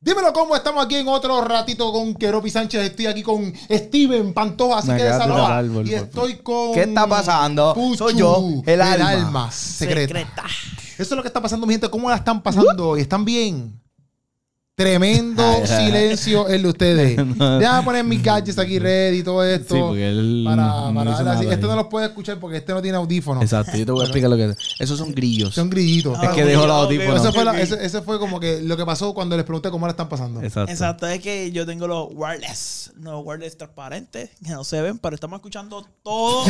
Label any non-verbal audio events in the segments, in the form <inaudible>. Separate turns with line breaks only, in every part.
Dímelo cómo estamos aquí en otro ratito con Keropi Sánchez. Estoy aquí con Steven Pantoja, así
Me
que
acabas de
desaloja.
tirar el árbol,
y
por
estoy con.
¿Qué está pasando?
Puchu,
Soy yo, el alma.
secreta. Eso es lo que está pasando, mi gente. ¿Cómo la están pasando hoy? ¿Están bien? Tremendo silencio el de ustedes.
<laughs>
Déjame poner mis gadgets aquí ready y todo esto.
Sí, porque él
para,
no
para-
hizo nada
así- este
ahí.
no los puede escuchar porque este no tiene audífonos.
Exacto, yo te voy a explicar lo que es. Esos son grillos.
Son grillitos.
Es que dejó los audífonos.
Ese fue, la- ese- ese fue como que lo que pasó cuando les pregunté cómo la están pasando.
Exacto.
Exacto, es que yo tengo los wireless, los wireless transparentes, que no se ven, pero estamos escuchando
<laughs>
todo.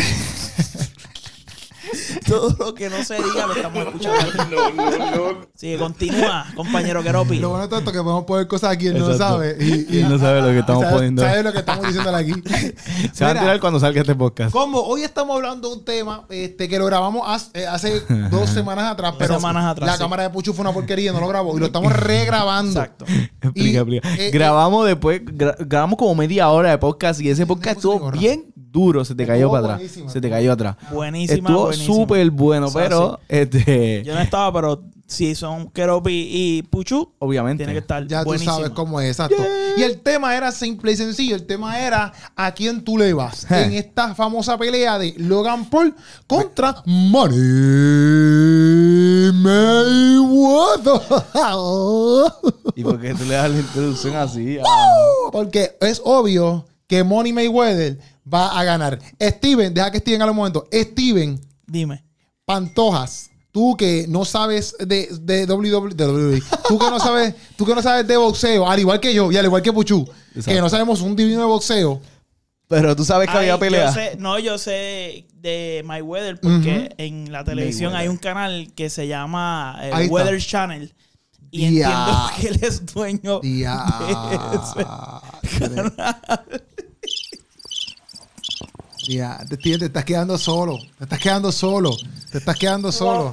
todo lo que no se diga lo estamos escuchando.
<laughs>
Sigue, continúa, compañero Keropi.
Lo bueno de todo esto es que podemos poner cosas aquí, él no
Exacto.
sabe. Y, y-
Él no sabe lo que estamos
sabe-
poniendo.
sabe lo que estamos diciéndole
<laughs>
aquí.
Se va a
Mira,
tirar cuando salga este podcast.
Como hoy estamos hablando de un tema este, que lo grabamos haz- eh, hace,
<laughs>
dos semanas atrás, pero
semanas atrás,
la
sí.
cámara de Puchu fue una porquería, no lo grabó y lo estamos regrabando.
Exacto.
Explica,
Y,
explica.
eh, eh,
grabamos después, gra- grabamos como media hora de podcast y ese podcast
Estuvo
estuvo
buenísimo.
bien duro. Se te cayó
Estuvo
para atrás.
buenísimo.
Se te cayó atrás.
Buenísima,
Estuvo
buenísima.
súper bueno,
O sea,
pero este,
Yo no estaba, pero si son Keropi y Puchu,
obviamente.
tiene que estar
Ya
buenísima.
tú sabes cómo es, exacto. Y el tema era simple y sencillo. El tema era a quién tú le vas
Eh.
en esta famosa pelea de Logan Paul contra Money Mayweather.
¿Y por qué tú le das la introducción así? Ah,
<laughs> Porque es obvio que Money Mayweather va a ganar. Steven, deja que Steven haga un momento. Steven
Dime.
Pantojas, tú que no sabes de, de WWE, de WWE, tú que no sabes, tú que no sabes de boxeo, al igual que yo y al igual que Puchu, que
Exacto.
no sabemos un divino de
<laughs>
boxeo.
Pero tú sabes que
Ay,
había pelea.
yo sé- no, yo sé de My Weather porque en la televisión
Mayweather.
hay un canal que se llama eh,
Ahí está.
Weather Channel. Y
Ya.
entiendo <laughs> que él es dueño.
Dia- Dia- te, te- te estás quedando solo, te estás quedando solo, te estás quedando solo.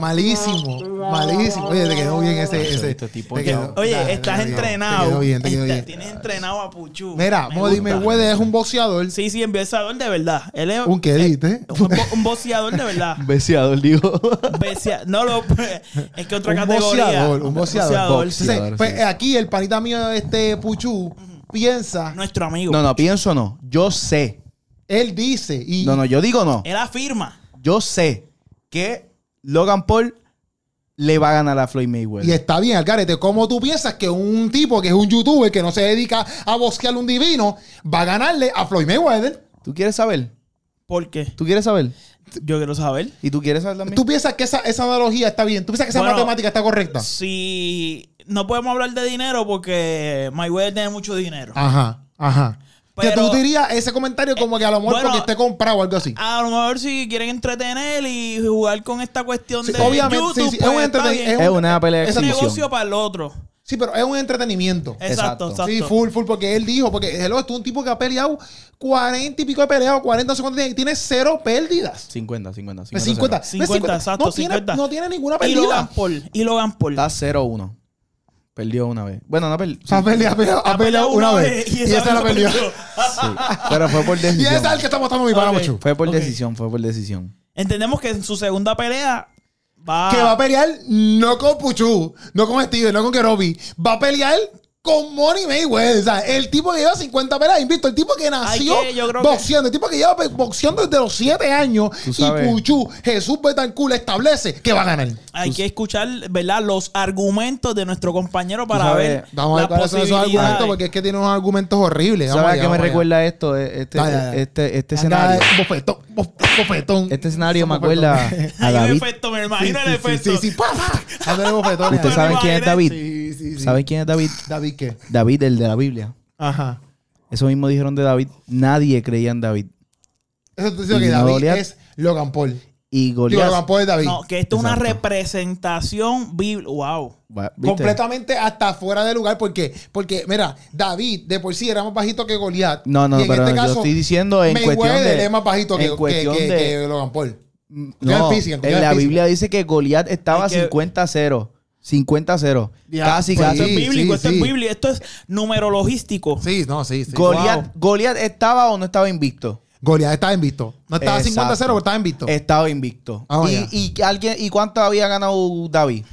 Malísimo, malísimo. Oye, te quedó bien ese. ese
Este tipo
te
ya-
Oye,
te
estás
quedó bien,
entrenado.
Te quedó bien, te quedó
Está-
bien.
Tienes entrenado a Puchu.
Mira,
Me
Modi
gusta.
Mayweather es un boxeador.
Sí, Eh, sí, embesador de verdad. Él es
Un que diste.
un, bo- un boceador de verdad.
<laughs>
Besiador, digo.
Besea- no, lo, es que otra
un
categoría.
boxeador, un boxeador.
Boxeador,
Box.
sí.
Entonces,
Boxeador,
pues,
sí.
eh, aquí el panita mío, este Puchu, piensa,
Nuestro
<laughs>
amigo.
No, no, pienso no. Yo sé.
él dice, y Eh.
No, no, yo digo no.
Él afirma.
Yo sé que Logan Paul le va a ganar a Floyd Mayweather.
Y está bien, Algarete, ¿cómo tú piensas que un tipo que es un youtuber que no se dedica a boxear un divino va a ganarle a Floyd Mayweather?
¿Tú quieres saber?
¿Por qué?
¿Tú quieres saber?
Yo quiero saber.
¿Y tú quieres saber también?
¿Tú piensas que esa, esa analogía está bien? ¿Tú piensas que esa
Bueno,
matemática está correcta?
Si no podemos hablar de dinero porque Mayweather tiene mucho
Ah.
dinero.
Ajá, ajá. que
Pero-
tú dirías ese comentario como que a lo mejor
Bueno,
porque esté comprado o algo así.
A lo mejor si quieren entretener y jugar con esta cuestión
Sí,
de
obviamente, sí, sí, es un
pues, está
entreten-
bien.
es
es una pelea de
Es un
exhibición.
negocio para el otro.
Sí, pero es un entretenimiento.
Exacto,
Exacto.
exacto.
Sí, full, full, porque él dijo, porque hello, esto es un tipo que ha peleado 40 y pico de peleado, 40 no sé cuánto tiene, y tiene cero pérdidas.
50, 50, 50.
50, no es
50, exacto,
no,
50.
Tiene, no tiene ninguna
y Logan
pérdida.
Paul. Y Logan Paul.
Está 0-1. Perdió una vez. Bueno, no perdió.
O sea, ha peleado, ha peleado- ha peleado una
<laughs>
vez y esa la perdió.
Pero fue por
<laughs> Y esa es el
decisión.
que está mostrando mi pana
Ok.
Mochu.
Fue por
Ok.
decisión, fue por decisión.
<laughs> Entendemos que en su segunda pelea va.
Que va a pelear no con Puchu, no con Steven, no con Kerobi. Va a pelear con Money Mayweather. O sea, el tipo que lleva 50 peleas invicto. El tipo que nació
que yo creo que-
boxeando. El tipo que lleva boxeando desde los 7 años.
Tú
Y
sabes.
Puchu, Jesús Betancourt, establece que va a ganar.
Hay que escuchar, ¿verdad? Los argumentos de nuestro compañero para
sabes,
ver.
Vamos a ver
las
cuáles son esos argumentos
posibilidades.
porque es que tiene unos argumentos horribles. Vamos
¿Sabes a
allá,
qué me
vamos allá.
recuerda esto? Eh, Este,
Dale, dale.
este, este
Anda,
escenario.
Bofetón, bof- bofetón.
Este escenario me
Bofetón.
acuerda
<laughs>
a
Hay un
David.
efecto, me imagino el
Sí,
efecto.
sí, sí, pa, pa. Ándale, bofetones.
¿Ustedes saben quién es David?
Sí, sí, sí.
¿Saben quién es David?
David qué?
David, el de la Biblia.
Ajá.
Eso mismo dijeron de David. Nadie creía en David.
Eso te digo
Y
que
no
David
Goliat.
es Logan Paul.
Y
Digo,
Goliat.
Logan Paul es David.
No, que esto es una
Exacto.
representación bíblica. Wow.
Va- ¿viste?
Completamente hasta fuera de lugar. ¿Por qué? Porque, mira, David de por sí era más bajito que Goliat.
No, no,
Y en
pero
este
yo
caso,
estoy diciendo en
Mayweather
cuestión de.
es más bajito que,
en
que-
cuestión
que-
de-
que Logan Paul.
Mm, No,
Golpear física, golpear
en la
física.
Biblia dice que Goliat estaba
Es que-
50-0. 50-0.
Ya,
Casi,
pues,
casi.
Esto es
Sí,
bíblico,
sí,
esto
sí.
es bíblico, esto es numerologístico.
Sí, no, sí, sí.
Goliat, Goliat estaba o no estaba invicto.
Goliat estaba invicto. No estaba
Exacto.
50-0, pero estaba invicto.
Estaba invicto.
Ah,
y,
ya.
y alguien, ¿Y cuánto había ganado David?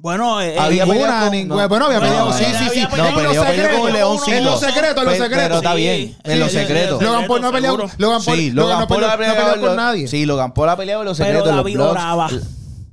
Bueno, eh,
Había
eh,
peleado
ninguna,
con-
ninguna.
no.
Bueno, había
No,
peleado, sí,
había
sí, sí.
peleado
En
con
lo
León,
secreto.
peleó con Leoncito.
En lo secreto, en lo
Pero- Pero
secreto.
está
Sí,
bien,
sí,
en lo
sí, sí,
secreto.
sí, sí.
Logan Paul no ha peleado.
Seguro.
Logan Paul,
Sí,
Logan no
Logan Paul
peleó-
ha
no
peleado
peleó
en
con
los-
nadie.
Sí, Logan Paul ha peleado en los
Pero
secretos. en los
David
blogs.
oraba.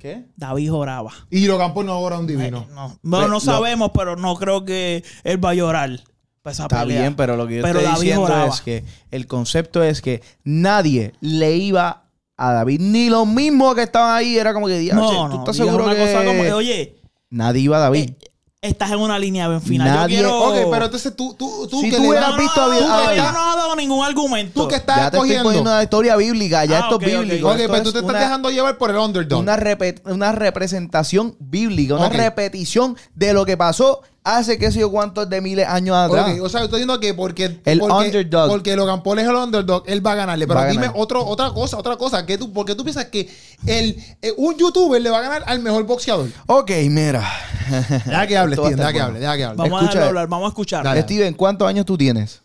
¿Qué?
David oraba. Eh,
Y Logan Paul no ahora un divino.
No, no, no
Lo-
sabemos, pero no creo que él va a llorar. para esa
Está
pelea.
bien, pero lo que yo
Pero
estoy
David
diciendo
oraba.
es que el concepto es que nadie le iba a David, ni los mismos que estaban ahí, era como que, "Diache,
No, no.
tú estás
diga
seguro
una
que
cosa como, eh, oye,
nadie iba a David.
eh, estás en una línea en final.
Nadie-
Yo quiero...
Ok, pero entonces tú, tú, tú
Si
que
tú
le
hubieras
das-
no,
visto ah,
no,
a-
tú
a-
que
a-
ya no has dado ningún argumento.
tú que
ya
estás
te estoy poniendo
cogiendo.
una historia bíblica, ya
Ah,
esto
ok,
es
ok.
bíblico.
Ok,
esto
pero tú
es
te estás
una-
dejando llevar por el underdog.
Una, repet- una representación bíblica, una
Ok.
repetición de lo que pasó hace que sé yo cuántos de miles de años atrás.
Ok, o sea, estoy diciendo que porque,
El
porque,
underdog.
porque Logan Paul es el underdog, él va a ganarle. Pero
Va a
dime
ganar.
otro, otra cosa, otra cosa. Que tú, porque tú piensas que el, eh, un youtuber le va a ganar al mejor boxeador.
Ok, mira.
Deja que hable,
Esto va
Steven,
a estar
deja que
bueno.
hable, deja que hable.
Vamos a
Escucha-
dejarlo hablar, vamos a escuchar.
Dale.
Steven, ¿cuántos años tú tienes?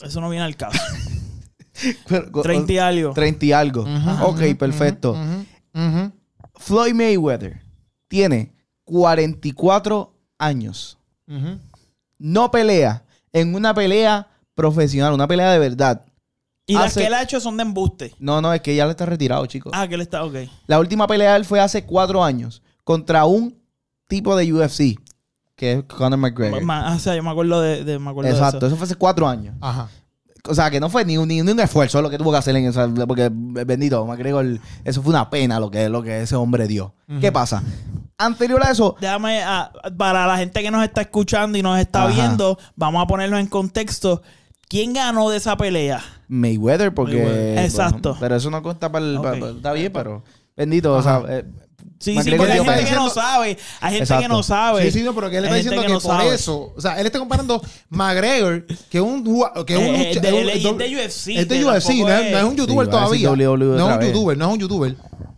Eso no viene al caso.
Pero-
30 y algo.
30 y algo. ok, perfecto.
Ujú.
Floyd Mayweather tiene 44 años.
Ujú.
No pelea en una pelea profesional, una pelea de verdad.
Y las
Hace-
que él ha hecho son de embuste.
No, no, es que ya le está retirado, chicos.
Ah, que él está, ok.
La última pelea de él fue hace 4 años contra un tipo de UFC, que es Conor McGregor.
Ma- o sea, yo me acuerdo de, de- me acuerdo de
Exacto,
eso.
eso fue hace 4 años.
Ajá.
O sea, que no fue ni un, ni, ni un esfuerzo lo que tuvo que hacer en esa. Porque, bendito, McGregor, eso fue una pena lo que, lo que ese hombre dio. ¿Qué pasa? Anterior a eso,
Déjame, ah, para la gente que nos está escuchando y nos está
Ajá.
viendo, vamos a ponerlo en contexto. ¿Quién ganó de esa pelea?
Mayweather, porque.
Mayweather. Exacto.
pero eso no consta para el.
Ok.
para- para- está bien, pero. Bendito, o sea. eh,
Sí, sí,
McGregor
porque hay
dio
está
gente que
pena.
no sabe. Hay gente que
Exacto.
no sabe.
Sí, sí, no, pero que él está
Hay gente
diciendo que,
no
por
sabe.
eso. O sea, él está comparando McGregor, que un ju- que un
Eh,
lucha-
de-
un-
de-
do-
de UFC,
Es de
que
UFC, no
tampoco
es, no es un
es-
youtuber
Sí, iba a decir
todavía.
WWE
no es
otra
un
vez.
youtuber, no es un youtuber.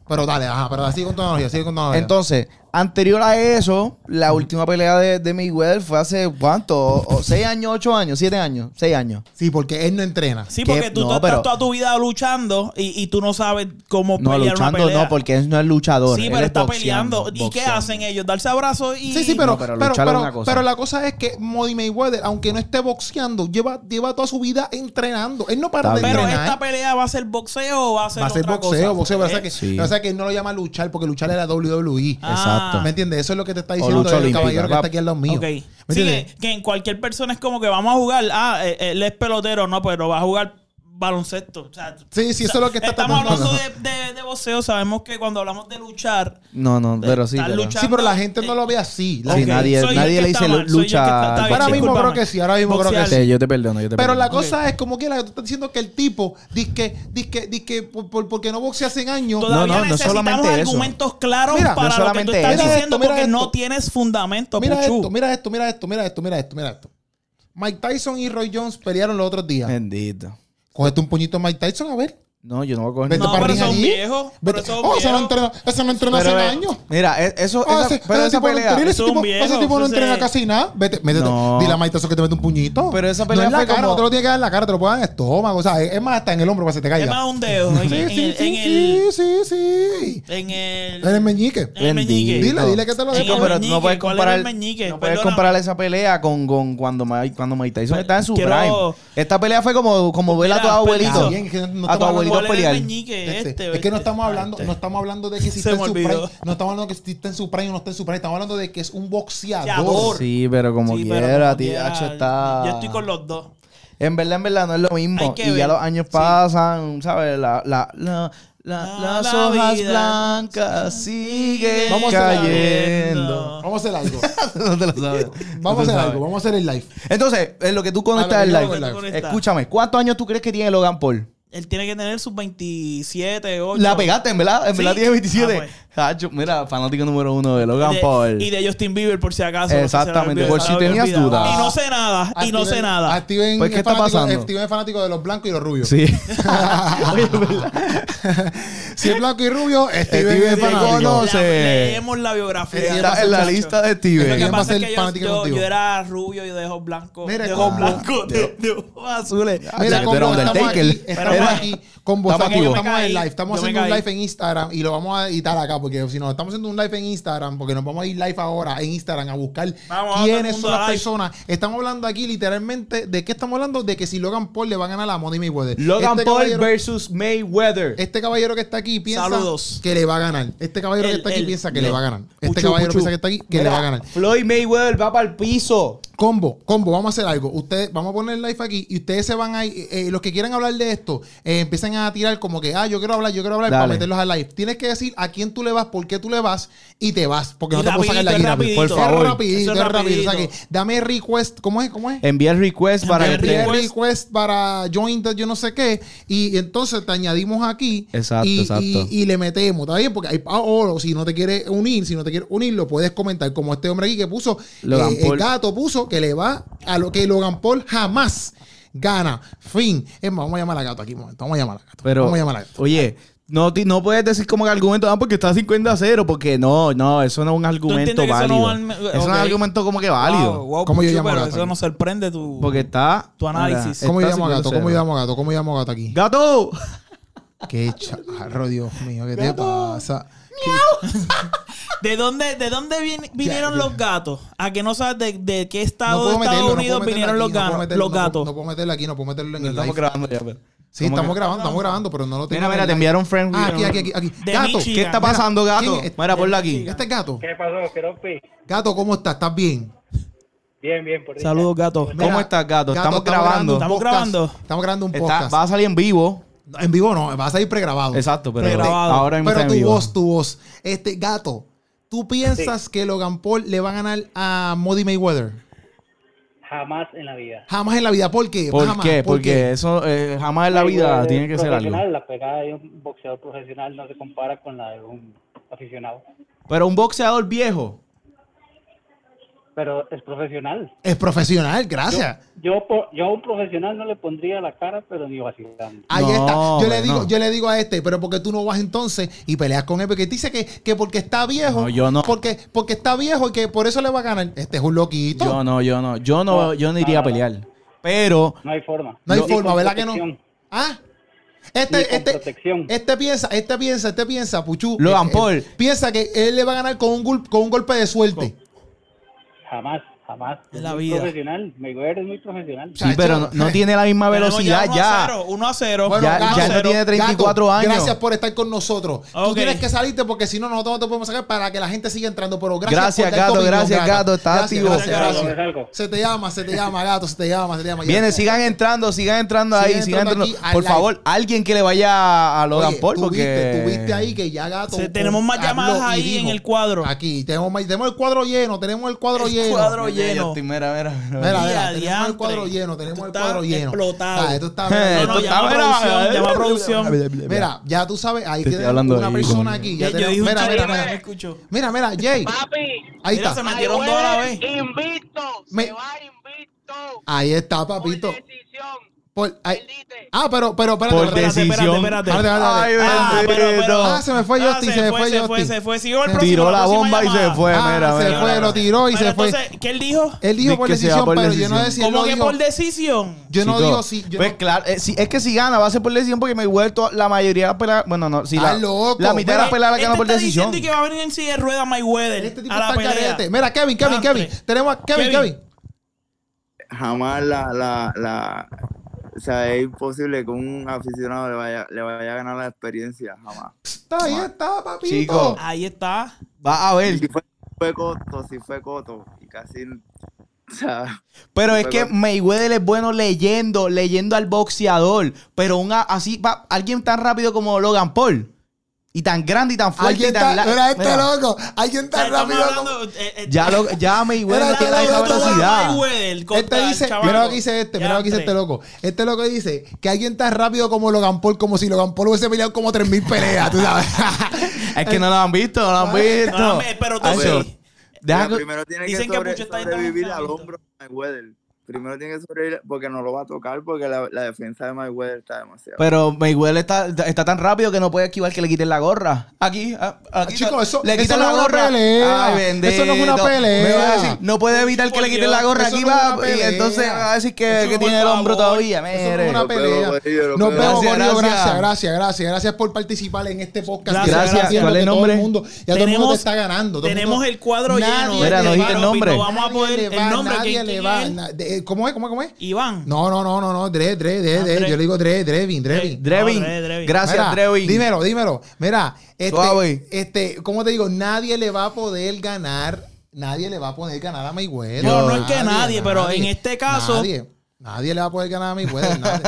Pero dale, ajá, pero sigue con tu analogía, sigue con
Oh,
tu analogía.
Entonces, anterior a eso, la última pelea de, de Mayweather fue hace cuánto? O, o seis años, ocho años, siete años, seis años.
sí, porque él no entrena.
Sí,
Que-
porque tú
no,
estás
pero-
toda tu vida luchando y, y tú no sabes cómo
No,
pelear una
luchando
pelea.
no, porque él no es luchador.
Sí,
él
pero
es
está
boxeando,
peleando. ¿Y qué
boxeando.
hacen ellos? Darse abrazos y...
Sí, sí, pero,
No, pero
pero,
luchar es
pero-
una cosa.
pero la cosa es que Money Mayweather, aunque no esté boxeando, lleva, lleva toda su vida entrenando. Él no para
Está
de
bien.
Pero
entrenar.
esta pelea va a ser boxeo o va a ser
Va a ser
otra
boxeo,
cosa?
boxeo. Pero
¿Eh?
o sea que,
Sí.
o sea que él no lo llama luchar porque luchar era WWE.
Ah,
E.
Exacto.
¿Me entiendes? Eso es lo que te está
O
diciendo
lucha
el
olímpica,
caballero que
rap.
está aquí al lado mío.
ok.
¿Me
Sí,
entiendes?
que, que en cualquier persona es como que vamos a jugar. Ah, eh, él es pelotero, no, pero va a jugar baloncesto. O sea,
Sí, sí, eso es lo que está
estamos
tratando.
hablando de, de- de boxeo. Sabemos que cuando hablamos de luchar,
No, no, pero sí.
Está
pero-
luchando.
Sí, pero la gente no lo ve así. La
Sí,
gente-
nadie-
soy yo
nadie
el
le
que
dice
está mal, soy yo el que está-
lucha-
está bien,
Ahora mismo
discúlpame.
creo que sí, ahora mismo creo que
Boxear.
sí.
Sí, yo te perdono, yo te
Pero
perdono.
la cosa es como quiera que tú estás diciendo que el tipo dice que, dice que, dice que por- por- porque no boxea hace años.
Todavía
no, no
necesitamos
solamente eso.
argumentos claros
Mira, no
para lo que tú
solamente
estás
eso.
Mira
diciendo
esto, mira
porque no
esto.
tienes fundamento,
Mira
Puchu.
esto, mira esto, mira esto, mira esto, mira esto, mira esto. Mike Tyson y Roy Jones pelearon los otros
Eh.
días.
Bendito.
Cógete un puñito de Mike Tyson a ver.
No, yo no voy a coger
Vete
No,
para
pero
el ring
son
allí.
viejos, pero
Vete-
son
oh, ese no
viejos.
entrenó, ese no entrenó hace
Pero, eh,
años.
Mira, e- eso,
Ah,
esa-
ese,
pero
ese
esa
tipo no
pelea.
entrena, ese
Eso es un
tipo,
viejo,
ese tipo no
ese-
entrena casi nada. Vete, métete,
No.
dile a Mike Tyson que te mete un puñito.
Pero esa
no
pelea
en la
fue
cara,
como-
no te lo tiene que dar en la cara, te lo puedan en el estómago, o sea, es es más hasta en el hombro para que se te
Es
caiga.
más un dedo. En, en
Sí,
el, en
sí,
el,
sí, sí, sí.
en el-
En el meñique.
en el meñique.
Bendito.
Dile, dile que te lo
En
dé.
Chico,
el
pero tú
meñique,
no puedes
¿cuál era el
comparar,
meñique?
no puedes
Perdóname.
comparar esa pelea con, con cuando, Mike, cuando Mike Tyson estaba en su
quiero-
prime. Esta pelea fue como, como ver a tu
Mira,
abuelito.
perdido.
Bien, que no- no
a tu
estamos hablando-
abuelito
¿Cuál era
pelear.
el meñique
Este,
este?
es que no estamos
Ah,
hablando,
este.
no estamos hablando de que si
Se
está en
me
su prime,
olvidó.
no estamos hablando de que si está en su prime o no está en su prime, estamos hablando de que es un boxeador.
Boxeador.
Sí, pero como
Sí, pero
quiera,
como
tío,
quiera,
hacho, está...
Yo estoy con los dos.
En verdad, en verdad, no es lo mismo.
Hay que
Y ya
ver.
los años
Sí.
pasan, ¿sabes? La, la, la, la-
La-
las
la
hojas
vida
blancas siguen
Vamos a hacer
cayendo.
Vamos a hacer
<laughs>
algo.
<laughs> no te lo sabes.
Vamos a
No te
hacer
sabes.
algo, vamos a hacer el live.
Entonces, en lo que tú
A lo
conectas
que
el
yo
live.
conecto.
Conecta.
Escúchame, ¿cuántos años tú crees que tiene Logan Paul?
Él tiene que tener sus 27, 8.
La pegaste, en verdad, en
Sí.
verdad tiene 27.
Ah, pues.
Hacho, mira, fanático número uno de Logan
de-
Paul.
Y de Justin Bieber, por si acaso. no sé si se le
Exactamente,
olvidó,
por
se
si
le había
tenías
olvidado.
dudas.
Y no sé nada, y no sé nada.
Steven
Pues, ¿qué
es
está
fanático-
pasando?
Steven es fanático de los blancos y los rubios.
<laughs>
Sí. <laughs>
Si es blanco y rubio, Steven,
Steven
es fanático.
Diego, no.
La-
sé.
Leemos la biografía.
Está en la
muchacho.
lista de
Lo
Lo
¿Quién
que
Steven.
va a
pasa es
ser
que yo,
fanático
yo,
contigo?
yo era rubio y de ojos blancos.
Mira
de ojos
cómo-
blancos, de, de ojos azules.
Ah, ya,
Mira
tú
cómo
eras
estamos
Undertaker.
aquí.
Eres
Estamos estamos
Mira,
aquí con vosotros.
activos.
Estamos en
Yo me
live.
caí,
Estamos
yo me
haciendo un
caí.
live en Instagram y lo vamos a editar acá. Porque si no, estamos haciendo un live en Instagram, porque nos vamos a ir live ahora en Instagram a buscar
Vamos a todo el
quiénes
mundo
son las
live.
personas. Estamos hablando aquí literalmente de qué estamos hablando, de que si Logan Paul le va a ganar a Money Mayweather.
Logan
Este
Paul
caballero-
versus Mayweather.
Este caballero que está aquí piensa
Saludos.
que le va a ganar. Este caballero
El-
que está aquí
el-
piensa que
no.
le va a ganar. Este
Puchu,
caballero
puchu.
piensa que está aquí que le
Mira,
va a ganar.
Floyd Mayweather va para el piso.
Combo, combo, vamos a hacer algo. Ustedes, vamos a poner el live aquí y ustedes se van a ir, eh, los que quieran hablar de esto, eh, empiezan a tirar como que, ah, yo quiero hablar, yo quiero hablar, para
Dale.
meterlos al live. Tienes que decir a quién tú le vas, por qué tú le vas y te vas, porque
Y
no te puedo sacar de aquí
rapidito,
rápido.
rapidito.
Por
Por
favor.
favor.
Es rapidito,
Eso
es
es
rapidito. O sea que
rapidito.
dame request, ¿cómo es? ¿Cómo es?
Envía el request para
Envía
que
el
Envía
te-
el
request.
request para join the yo no sé qué y entonces te añadimos aquí
Exacto,
y,
exacto.
y- y le metemos está bien porque hay pa- o si no te quieres unir si no te quieres unir lo puedes comentar como este hombre aquí que puso
Logan
eh, el
Paul.
gato puso que le va a lo que Logan Paul jamás gana fin es más vamos a llamar a la gato aquí un momento vamos a llamar a la gato
Pero,
vamos a llamar a la gato
oye, no, ti- no puedes decir como que argumento, ah, porque está 50 a 0, porque no, no, eso no es un argumento
entiendes que eso no
válido.
va al-
Eso no es
ok.
un argumento como que válido.
Ah, Wow, wow,
¿Cómo yo
Puchu,
llamo a
pero
Gato?
eso nos sorprende tu...
Porque está...
Tu análisis.
¿Cómo
está
llamamos a gato?
50 a 0.
¿Cómo llamamos a gato? ¿Cómo llamamos a gato aquí?
¡Gato!
Qué charro, Dios mío, ¿qué te pasa?
¿De dónde, de dónde vin- vinieron los gatos? A que no sabes de, de qué
No
estado de
puedo
Estados
meterlo, no puedo
Unidos
meterlo
vinieron
aquí,
los,
no puedo
ganos-
meterlo,
los
no puedo-
gatos.
No puedo meterlo aquí, no puedo meterlo en el live.
Estamos grabando ya, pero...
Sí,
¿Cómo
estamos
que-
grabando, estamos grabando, pero no lo tengo.
Mira,
en
mira,
el
te
live.
enviaron friend
Ah, aquí,
request.
aquí, aquí, aquí.
De
Gato,
Michigan.
¿Qué está
Mira,
pasando, gato?
¿quién es?
Mira, ponlo aquí.
este es gato.
¿Qué pasó, Keropi?
Gato, ¿cómo estás? ¿Estás bien?
Bien, bien, por dicha.
Saludos, gatos.
¿Cómo estás, gato? Estamos grabando.
un
Estamos
podcast.
grabando.
Estamos grabando un
Está-
podcast.
va a salir en vivo.
En vivo no, va a salir pregrabado.
Exacto, pero
Pregrabado.
ahora mismo
Pero
está en
tu
vivo.
voz, tu voz. Este, gato, ¿tú piensas que Logan Paul le va a ganar a Modi Mayweather?
Jamás en la vida.
Jamás en la vida. ¿Por qué?
¿Por
Jamás.
qué? Porque eso eh, jamás en la vida
Mayweather
tiene que ser algo.
profesional, La pegada de un boxeador profesional no se compara con la de un aficionado.
Pero un boxeador viejo.
Pero es profesional.
Es profesional, gracias.
Yo, por- yo a un profesional no le pondría la cara, pero ni vacilando.
Ahí
No,
está. Yo le,
bueno.
digo, yo le digo a este, pero porque tú no vas entonces y peleas con él? Porque te dice que, que porque está viejo.
No, yo no.
Porque, porque está viejo y que por eso le va a ganar. Este es un loquito.
Yo no, yo no. Yo no,
No,
yo no iría a
nada.
pelear. Pero
No hay forma.
No hay
Ni
forma,
con
¿verdad que no?
protección.
Ah.
Ni con
Este, este,
protección.
este piensa, este piensa, este piensa, Puchu.
Logan
eh,
Paul.
eh, piensa que él le va a ganar con un, gol- con un golpe de suerte.
Jamás, jamás.
En la
Es muy
vida.
Profesional. Mayweather es muy profesional.
sí, pero no, no tiene la misma velocidad ya.
1 a 0.
Bueno,
Ya-
gato,
ya no tiene 34
gato,
años.
Gracias por estar con nosotros. Tú
Ok.
tienes que salirte porque si no, nosotros no te podemos sacar para que la gente siga entrando. Pero gracias,
Gracias,
por dar tu
gato,
opinión,
gracias, gato, está activo.
gracias,
Salgo,
gracias.
me salgo.
Se te llama, se te llama, gato, se te llama, se te llama. Ya.
Viene, sigan entrando, sigan entrando
Sigan
ahí, sigan
entrando aquí
entrando.
al
Por
live.
favor, alguien que le vaya a Logan
Oye,
Paul,
tú
porque.
viste- tú viste ahí que ya gato.
Se- tenemos más
habló
llamadas
y
ahí en el cuadro.
Aquí, tenemos, más- tenemos el cuadro lleno, tenemos el cuadro
El
lleno.
cuadro
Mira,
lleno.
yo estoy- mira, mira, mira, mira.
Mira,
Día,
mira, tenemos el
diantre.
cuadro lleno, tenemos
Tú
el
estás
cuadro lleno.
explotado.
Ah, esto
<laughs>
está-
Eh,
No,
esto ¿eh?
no,
está-
llama a producción, llama a producción.
Mira, ya tú sabes, ahí
Te estoy
tenemos
hablando
una
ahí,
persona
coño.
aquí. ya
Ya, yo
tenemos-
dije un
mira, mira,
chiste,
mira,
no me escuchó.
mira, mira, Jay.
Papi,
Ahí
Mira,
está.
se metieron dos a la vez.
Invicto,
Me-
se va invicto.
Ahí está, papito.
Por decisión.
Por- ahí-
Perdiste.
Ah, pero, pero, espérate.
Por
espérate,
Espérate, espérate,
Decisión.
espérate.
espérate, espérate.
Ay,
Ah, pero, pero.
Ah, se me fue
Ah,
Justin, se me fue
Se fue,
Justin.
se fue. Siguió el
Tiró
próximo.
Tiró
la
la
próxima
bomba y se
llamada.
fue,
Ah,
pues, mira,
se
mira.
fue, lo tiró y
Pero
se fue. Eh,
Entonces, ¿qué él dijo?
Él dijo
Dice
por
que se va
decisión,
por
pero yo no
decisión.
decía.
¿Cómo que por
Yo
decisión?
no
Chico,
digo si. yo
pues
no-
claro, eh, si, es que si gana va a ser por decisión porque Mayweather toda- la mayoría de las peleas, bueno, no, si la,
Estás loco,
la mitad de
pero
las peleas la gana
Este
por
está
decisión.
diciendo que va a venir en silla de ruedas Mayweather
Este tipo
a la
está
pelea.
carete. Mira, Kevin, Kevin, Kevin.
Antes.
Tenemos a Kevin,
Kevin.
Kevin.
jamás la, la, la o sea, es imposible que un aficionado le vaya, le vaya a ganar la experiencia, jamás.
Está, ahí está, papito.
Ah, Chico.
Ahí está.
Va a
Si
ver.
fue, fue Coto, si fue Coto, y casi, o sea,
Pero es que Mayweather es bueno leyendo, leyendo al boxeador. Pero una, así va, alguien tan rápido como Logan Paul. Y tan grande y tan fuerte.
Alguien
Y tan
está.
la-
Mira, este
Mira,
loco. Alguien está
Estamos
rápido. como-
hablando, eh, eh,
Ya, lo, ya Mayweather
Mira,
tiene
mira,
esa
mira,
velocidad.
Mayweather contra
Este
el
dice,
chavaco.
mira lo que dice este, mira lo que dice este
Diantre.
loco. Este loco dice que alguien tan rápido como Logan Paul, como si Logan Paul hubiese peleado como 3.000 peleas, tú
<laughs>
sabes.
Es que no lo han visto, no lo han
este
visto.
No, hombre, pero tú
Eso.
sí.
Deja
mira,
que-
primero tiene que,
dicen que
sobre-
Pucho está ahí
sobrevivir
tan
al
enfermito.
hombro de Mayweather. Primero tiene que sobrevivir porque no lo va a tocar porque la, la defensa de Mayweather está demasiado.
Pero Mayweather está, está tan rápido que no puede esquivar que le quiten la gorra. Aquí, a- aquí
Ah, Chico, eso-
le
eso
quitan
no
la
es una
gorra.
pelea.
Ay,
Eso no es una
bendito.
pelea.
Me va a decir, no puede evitar que le
Por
quiten
Dios,
la gorra
eso
aquí,
no es
va.
una
y
pelea.
entonces va a decir que,
Eso
que
no,
tiene el
por
hombro
favor.
todavía.
Eso no es
mire.
una pelea.
Yo lo puedo, yo lo
Nos
puedo.
vemos,
Gracias,
Corillo.
gracias.
Gracias, gracias, gracias. Gracias por participar en este podcast.
Gracias,
Gracias,
gracias.
haciendo
¿Cuál es
que
el
todo
nombre?
el mundo, ya todo el mundo te está ganando. Todo el
tenemos
mundo-
el cuadro
Nadie
lleno.
Mira,
de
no dijiste el
papi,
nombre.
no vamos a poder
nadie le va,
el nombre.
nadie
¿quién-
le
quién
va.
es él?
na- de- ¿Cómo es? ¿Cómo es? ¿Cómo es?
Iván.
No, no, no, no, no. Dre, Dre, Dre,
Ah,
Dre.
Dre.
Yo le digo Dre, Drevin, Drevin.
Drevin,
No, Dre- Drevin.
gracias,
Mira,
Drevin.
Dímelo, dímelo. Mira, este,
Suave.
este, ¿cómo te digo? Nadie le va a poder ganar. Nadie le va a poder ganar a Mayweather.
No, no es que nadie, pero en este caso-
Nadie. Nadie le va a poder ganar a Mayweather. nadie.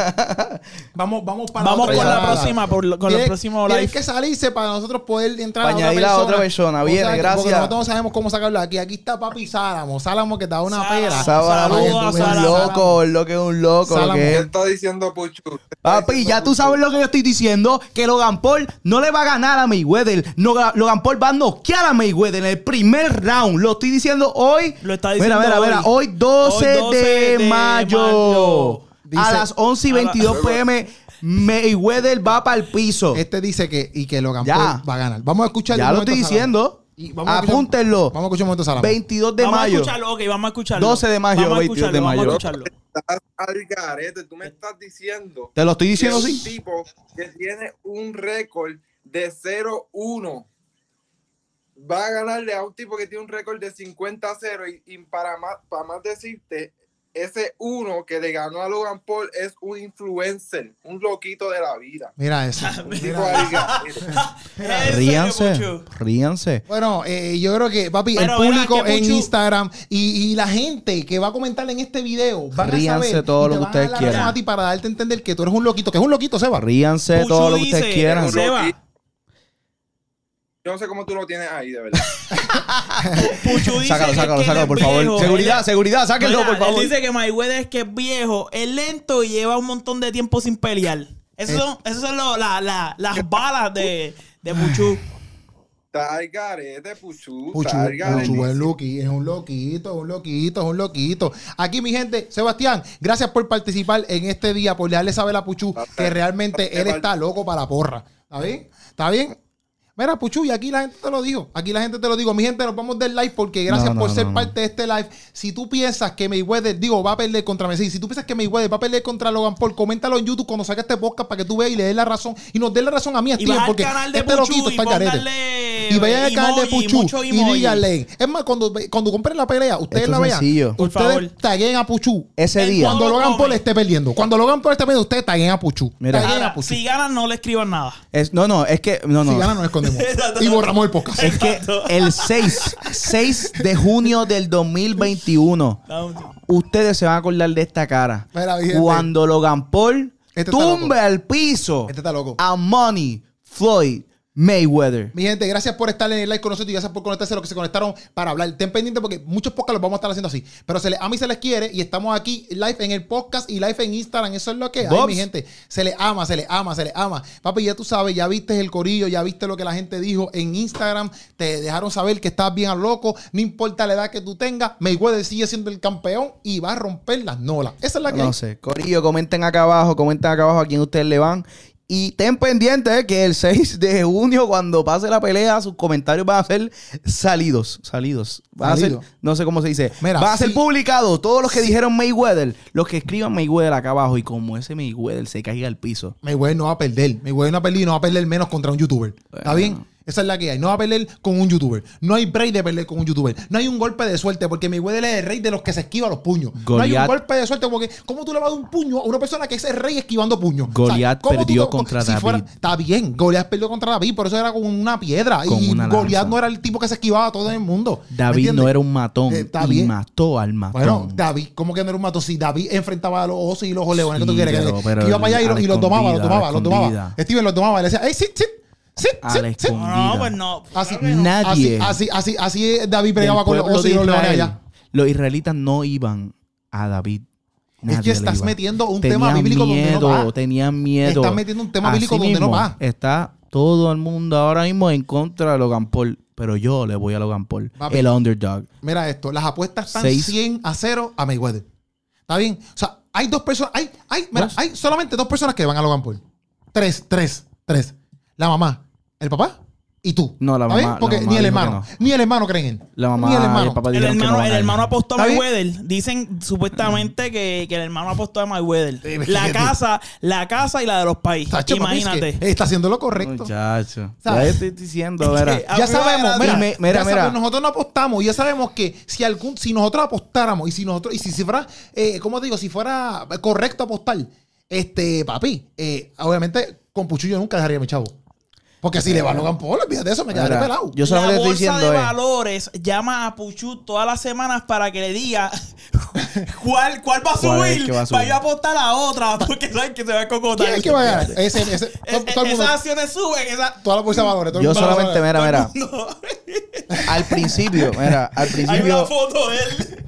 vamos, vamos para
Vamos
otra
con la
llamada.
próxima, por lo- con el
Tiene-
próximo
tiene
live.
que salirse para nosotros poder entrar
Para
a, otra
añadir
persona,
a otra persona. Viene,
Porque
gracias.
nosotros no sabemos cómo sacarlo de aquí. Aquí está papi Sálamo. Sálamo que te da una
Sálamo.
pera.
Sábado,
Para que
Saludos,
tú
un
veas.
Sálamo.
loco, lo que es un loco, lo
Sálamo.
que es.
está diciendo Puchu? ¿Qué está
Papi,
diciendo
ya tú
Puchu?
sabes lo que yo estoy diciendo, que Logan Paul no le va a ganar a Mayweather. No, Logan Paul va a noquear a Mayweather en el primer round. Lo estoy diciendo hoy.
Lo está diciendo
Mira, mira, mira. Hoy
hoy.
12,
Hoy 12
de,
de
mayo.
mayo.
a
Dice-
las 11 y 22 pm, Mayweather va para el piso.
Este dice que y que Logan
Ya.
Paul va a ganar. Vamos a escuchar.
ya lo estoy diciendo. Apúntenlo.
Vamos a escuchar un momento Sálamo.
22 de
vamos a
mayo.
escucharlo, ok, vamos a escucharlo.
12 de mayo,
vamos a
22 de
escucharlo, vamos a
mayo.
escucharlo.
Estás al garete, tú me estás diciendo.
Te lo estoy diciendo,
que es
sí.
Un tipo que tiene un récord de 0-1 va a ganarle a un tipo que tiene un récord de 50-0 y, y para, más, para más decirte, ese uno que le ganó a Logan Paul es un influencer, un loquito de la vida.
Mira
<laughs>
eso.
Un tipo
Mira.
al garete.
En serio,
Ríanse.
Puchu.
Ríanse.
Bueno, eh, yo creo que, papi,
Pero
el
verás
público
que
en
Puchu-
Instagram y, y la gente que va a comentar en este video van
Ríanse
a saber
todo
y
lo
te
que
van a
ustedes
dar la
quieran.
razón a ti para darte a entender que tú eres un loquito, que es un loquito, Seba.
Ríanse
Puchu
todo lo que
dice-
ustedes quieran.
Seba,
Yo no sé cómo tú lo tienes ahí, de verdad.
Puchu dice
Sácalo,
que
sácalo,
es que
sácalo,
él
por
es viejo.
favor. Seguridad,
Él-
seguridad, sáquenlo,
Mira,
por favor.
Él dice que Mayweather es que es viejo, es lento y lleva un montón de tiempo sin pelear.
Eh.
Esas son, esos son lo- la- la- las balas de, de Puchu.
Está al garete, Puchu.
Puchu,
está al garete.
Puchu es Lucky, es un loquito, es un loquito, es un loquito. Aquí, mi gente, Sebastián, gracias por participar en este día, por darle saber a Puchu que realmente él está loco para la porra. ¿Está bien? ¿Está bien? Mira, Puchu, y aquí la gente te lo dijo. Aquí la gente te lo digo. Mi gente, nos vamos del live porque gracias
No, no,
por ser
no, no.
parte de este live. Si tú piensas que Mayweather, digo, va a perder contra Messi, si tú piensas que Mayweather va a perder contra Logan Paul, coméntalo en YouTube cuando saque este podcast para que tú veas y le des la razón y nos des la razón a mí, a
Y
Steven,
vas al
porque
canal de
este
Puchu
loquito
y
está al garete.
pónganle
Y vayan al canal de
emoji,
Puchu
mucho
y
emoji.
díganle. Es más, cuando, ve- cuando compren la pelea, ustedes
Esto
la
es
vean.
sencillo.
Ustedes
Por favor.
taguen a Puchu.
Ese
El
día.
Cuando
lo
Logan Paul
comen.
esté perdiendo. Cuando Logan Paul esté perdiendo, este ustedes taguen a Puchu.
Mira.
Taguen
Ahora,
a Puchu.
si ganan, no le escriban nada.
Es- no, no, es que. No, no.
Si ganan, nos escondemos.
<laughs> Exacto.
y borramos el podcast.
Es
<laughs>
que el 6, 6 de junio del 2021, ustedes se van a acordar de esta cara.
Mira, mi gente.
Cuando Logan Paul
Este está
tumbe al piso
Este está loco.
a Money Floyd Mayweather.
Mi gente, gracias por estar en el live con nosotros y gracias por conectarse a los que se conectaron para hablar. Estén pendientes porque muchos podcasts los vamos a estar haciendo así. Pero se les, ama y se les quiere y estamos aquí live en el podcast y live en Instagram. Eso es lo que hay,
Bobs.
mi gente. Se les ama, se les ama, se les ama. Papi, ya tú sabes, ya viste el corillo, ya viste lo que la gente dijo en Instagram. Te dejaron saber que estás bien al loco. No importa la edad que tú tengas, Mayweather sigue siendo el campeón y va a romper las nolas. Esa es la que hay.
No sé. Corillo, comenten acá abajo, comenten acá abajo a quién ustedes le van. Y ten pendiente eh, que el <laughs> 6 de junio, cuando pase la pelea, sus comentarios van a ser salidos. Salidos. Van a ser,
Salido.
no sé cómo se dice.
Mira,
van a ser
sí.
publicados todos los que dijeron Mayweather, los que escriban Mayweather acá abajo. Y como ese Mayweather se caiga al piso.
Mayweather no va a perder. Mayweather no va a perder y no va a perder menos contra un youtuber. ¿Está bien? Esa es la que hay. No va a perder con un youtuber. No hay break de perder con un youtuber. No hay un golpe de suerte porque Mayweather es el rey de los que se esquiva los puños. No hay un
Goliat-
golpe de suerte porque ¿cómo tú le vas a dar un puño a una persona que es el rey esquivando puños?
Goliat
¿cómo tú
perdió
te-
contra David.
Está bien. Goliat perdió contra David, por eso era con una piedra.
Con
y
una
Goliat
lanza.
no era el tipo que se esquivaba a todo el mundo. ¿Me
David
entiendes?
no era un matón.
Eh, está
y
bien.
mató al matón.
Bueno, David, ¿cómo que no era un mato? Si David enfrentaba a los osos y los leones, ¿qué tú
Sí,
quieres? Que-
pero-
que,
pero
iba para allá y,
a
lo-
la
y los tomaba, los
escondida,
tomaba,
a la
los tomaba.
escondida.
Steven los tomaba y le decía, ¡Ey, sit, sit! ¡Sit,
A la
sit, sit!
No,
escondida.
pues no.
Así,
Nadie.
Así, así, así, así David
del
bregaba con los
pueblo
osos
de
y los leones
Israel,
allá.
Los israelitas no iban a David.
Es que
Nadie le
estás
iba.
metiendo un tema bíblico donde no
miedo,
va.
Tenían miedo.
Estás metiendo un tema bíblico donde no
mismo,
va.
Está todo el mundo ahora mismo en contra de Logan Paul. Pero yo le voy a Logan Paul.
Papi.
El underdog.
Mira esto, las apuestas están
Seis.
100 a 0 a Mayweather. ¿Está bien? O sea, hay dos personas. Hay, hay, mira,
Dos.
hay solamente dos personas que van a Logan Paul. Tres, tres, tres. La mamá, el papá y tú.
No, la
¿Está
mamá-
bien?
la
Porque
mamá
ni el
dijo que
hermano.
no.
Ni el hermano creen en él.
La mamá
Ni el
y
hermano.
el papá
El
dijeron que no
hermano,
van
el
a ir.
hermano apostó a
¿Está bien?
Mayweather. Dicen supuestamente que, que el hermano apostó a Mayweather. La casa, la casa y la de los países.
Tacho, papi, es que
Imagínate.
está haciendo lo correcto.
Muchacho. Ya
¿Sabes? <laughs>
estoy diciendo, verá.
ya
a mí me va
sabemos,
a
mira,
agradar. Y me- mira,
ya
mira.
sabemos, nosotros no apostamos, ya sabemos que si algún, si nosotros apostáramos y si nosotros, y si, si fuera, eh, ¿cómo digo? Si fuera correcto apostar, este, papi, eh, obviamente con Puchillo nunca dejaría a mi chavo. Porque si le va a Logan Paul, olvídate de eso, me quedaré
Mira,
pelado.
Yo solamente
la
estoy
bolsa
diciendo
de
es.
valores llama a Puchu todas las semanas para que le diga <laughs> cuál, cuál va a
¿Cuál es
subir.
que va a subir?
Para yo apostar a otra, <laughs> porque saben que se va a cocotar.
¿Quién es que va a
<laughs>
ganar? Ese, ese,
Es-
todo, todo el
esas
mundo,
acciones suben, esas...
toda la bolsa de valores. todo el
Yo
mundo va a
solamente,
ganar.
mira, mira.
<laughs> No,
Al principio, mira, al
hay una
principio.
foto de él.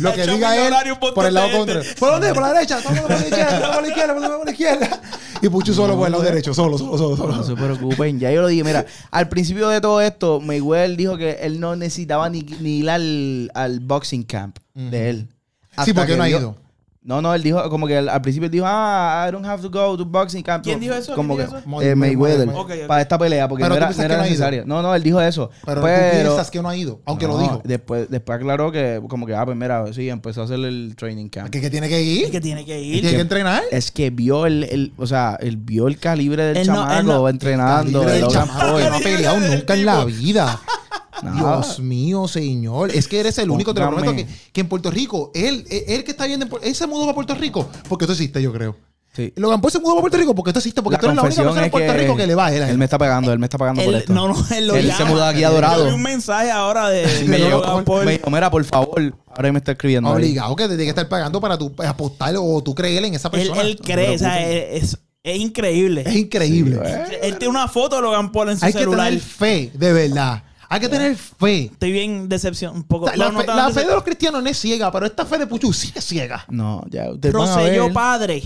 Lo que
Hecho
diga él
millonario, un montón
por el
de
lado
gente.
contrario. ¿Por dónde? Por la derecha. Todo el mundo por la izquierda. todo el mundo por la izquierda. todo el mundo por la izquierda. Y Puchu solo por el lado derecho. Solo, solo, solo.
No se
solo.
preocupen, ya yo lo dije. Mira, al principio de todo esto, Mayweather dijo que él no necesitaba ni, ni ir al, al boxing camp de él.
Sí,
Hasta
porque
que
no ha
vio-
ido.
No, no, él dijo, como que al, al principio él dijo, ah, I don't have to go to boxing camp.
¿Quién dijo eso?
Como
¿Quién
que,
dijo
eh,
eso?
Mayweather,
Ok,
ok.
para esta pelea, porque
Pero tú
no era,
piensas
no
que
era
no ha ido.
necesario. No, no, él dijo eso.
Pero,
Pero,
tú piensas que no ha ido, aunque lo
No,
dijo.
Después, después aclaró que, como que, ah, pues mira, sí, empezó a hacer el training camp.
Que, que tiene que
Y
ir.
que tiene que ir.
tiene que entrenar.
Es que vio el, el- o sea, él vio el calibre del
Él no-
chamaco
él no-
entrenando.
Libre
de
del
Logan
chamaco
Paul.
que no ha peleado nunca en la vida.
Nada.
Dios mío, señor. Es que eres el único, te lo
Póngame.
prometo, que, que en Puerto Rico, él, él, él que está viendo, en Pu- él se mudó para Puerto Rico porque esto existe, yo creo.
Sí.
Logan Paul se mudó para Puerto Rico porque esto existe, porque
La
tú eres la única
confesión
persona en
es
Puerto
que
Rico que le va a él. a
Él
él.
me está pagando, él me está pagando por
Él-
esto.
no, no, él lo
Él se
llama.
mudó aquí
Yo
adorado.
vi un mensaje ahora de...
Me
de
llegó
Logan
con-
Paul.
me dijo, mira, por favor, ahora me está escribiendo. ahí.
Obligado que te tiene que estar pagando para tu para apostar o tú creer en esa
Él,
persona.
él cree, o sea, es, es- es increíble.
es increíble.
¿eh?
Él tiene una foto de Logan Paul en su
Hay que
celular.
tener fe, de verdad. Hay que tener fe.
Estoy bien decepcionado. Un poco.
O sea, la,
Bueno, no
fe,
tan
la fe
decep-
de los cristianos no es ciega, pero esta fe de Puchu sí es ciega.
No, ya ustedes van a ver.
Rosselló padre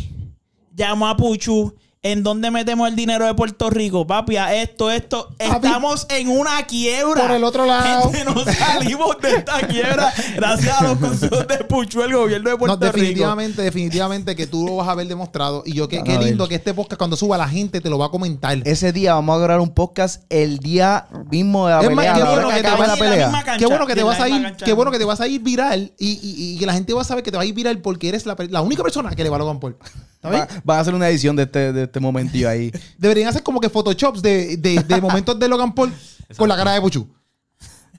llamó a Puchu. ¿En dónde metemos el dinero de Puerto Rico? Papi, a esto, esto.
Papi,
estamos en una quiebra.
por el otro lado.
Gente, no salimos de esta quiebra gracias a los consejos de Puchu, el gobierno de Puerto
No,
Rico.
definitivamente, definitivamente que tú lo vas a ver demostrado. Y yo, qué,
Van
qué
a ver.
lindo que este podcast cuando suba la gente te lo va a comentar.
Ese día vamos a grabar un podcast el día mismo de la
Es más,
pelea.
qué
a la hora
bueno que
que
te
acabe
vayas
la
a la
pelea.
misma cancha,
qué bueno que te
de
vas
la
a
misma
ir,
cancha.
qué bueno que te vas a ir viral y, y- y que la gente va a saber que te vas a ir viral porque eres la, per- la única persona que le va a Logan Paul. ¿Sabes?
Va- Van a hacer una edición de este, de este momentillo ahí.
Deberían hacer como que photoshops de, de- <laughs> de momentos de Logan Paul con la cara de Puchu.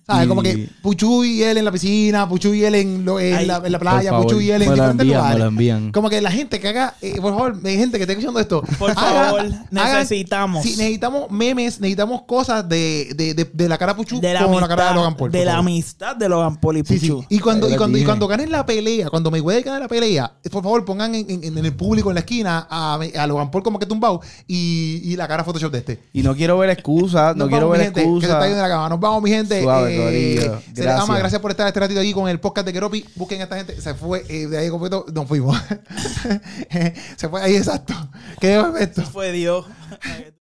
¿Sabes? Como que Puchu y él en la piscina, Puchu y él en, lo- en
Ay,
la, en la
por
playa,
favor,
Puchu y él en
me la
diferentes
envían, me
lugares.
la envían.
Como que la gente que haga, eh, por favor, hay gente que esté escuchando esto.
Por favor, necesitamos.
sí, necesitamos memes, necesitamos cosas de, de, de- de la cara de Puchu
De la,
con
amistad,
la cara de Logan Paul. por
de la
favor.
amistad de Logan Paul y
Sí, sí.
Puchu.
Y cuando,
Ahí
y
la
cuando, y
tiene.
cuando ganen la pelea, cuando Mayweather gane la pelea, eh, por favor pongan en, en- en el público, en la esquina, a, a Logan Paul como que tumbado y, y la cara Photoshop de este.
Y no quiero ver excusas, no
Nos
quiero
vamos,
ver
mi gente, que se está yendo
excusas.
la cama. Nos vamos, mi gente.
Suave,
Eh,
corillo.
se les ama.
Gracias.
Gracias por estar este ratito aquí con el podcast de Keropi. Busquen a esta gente. Se fue eh, de ahí completo. <laughs> Nos fuimos. se fue ahí exacto. ¿Qué es esto?
Fue Dios.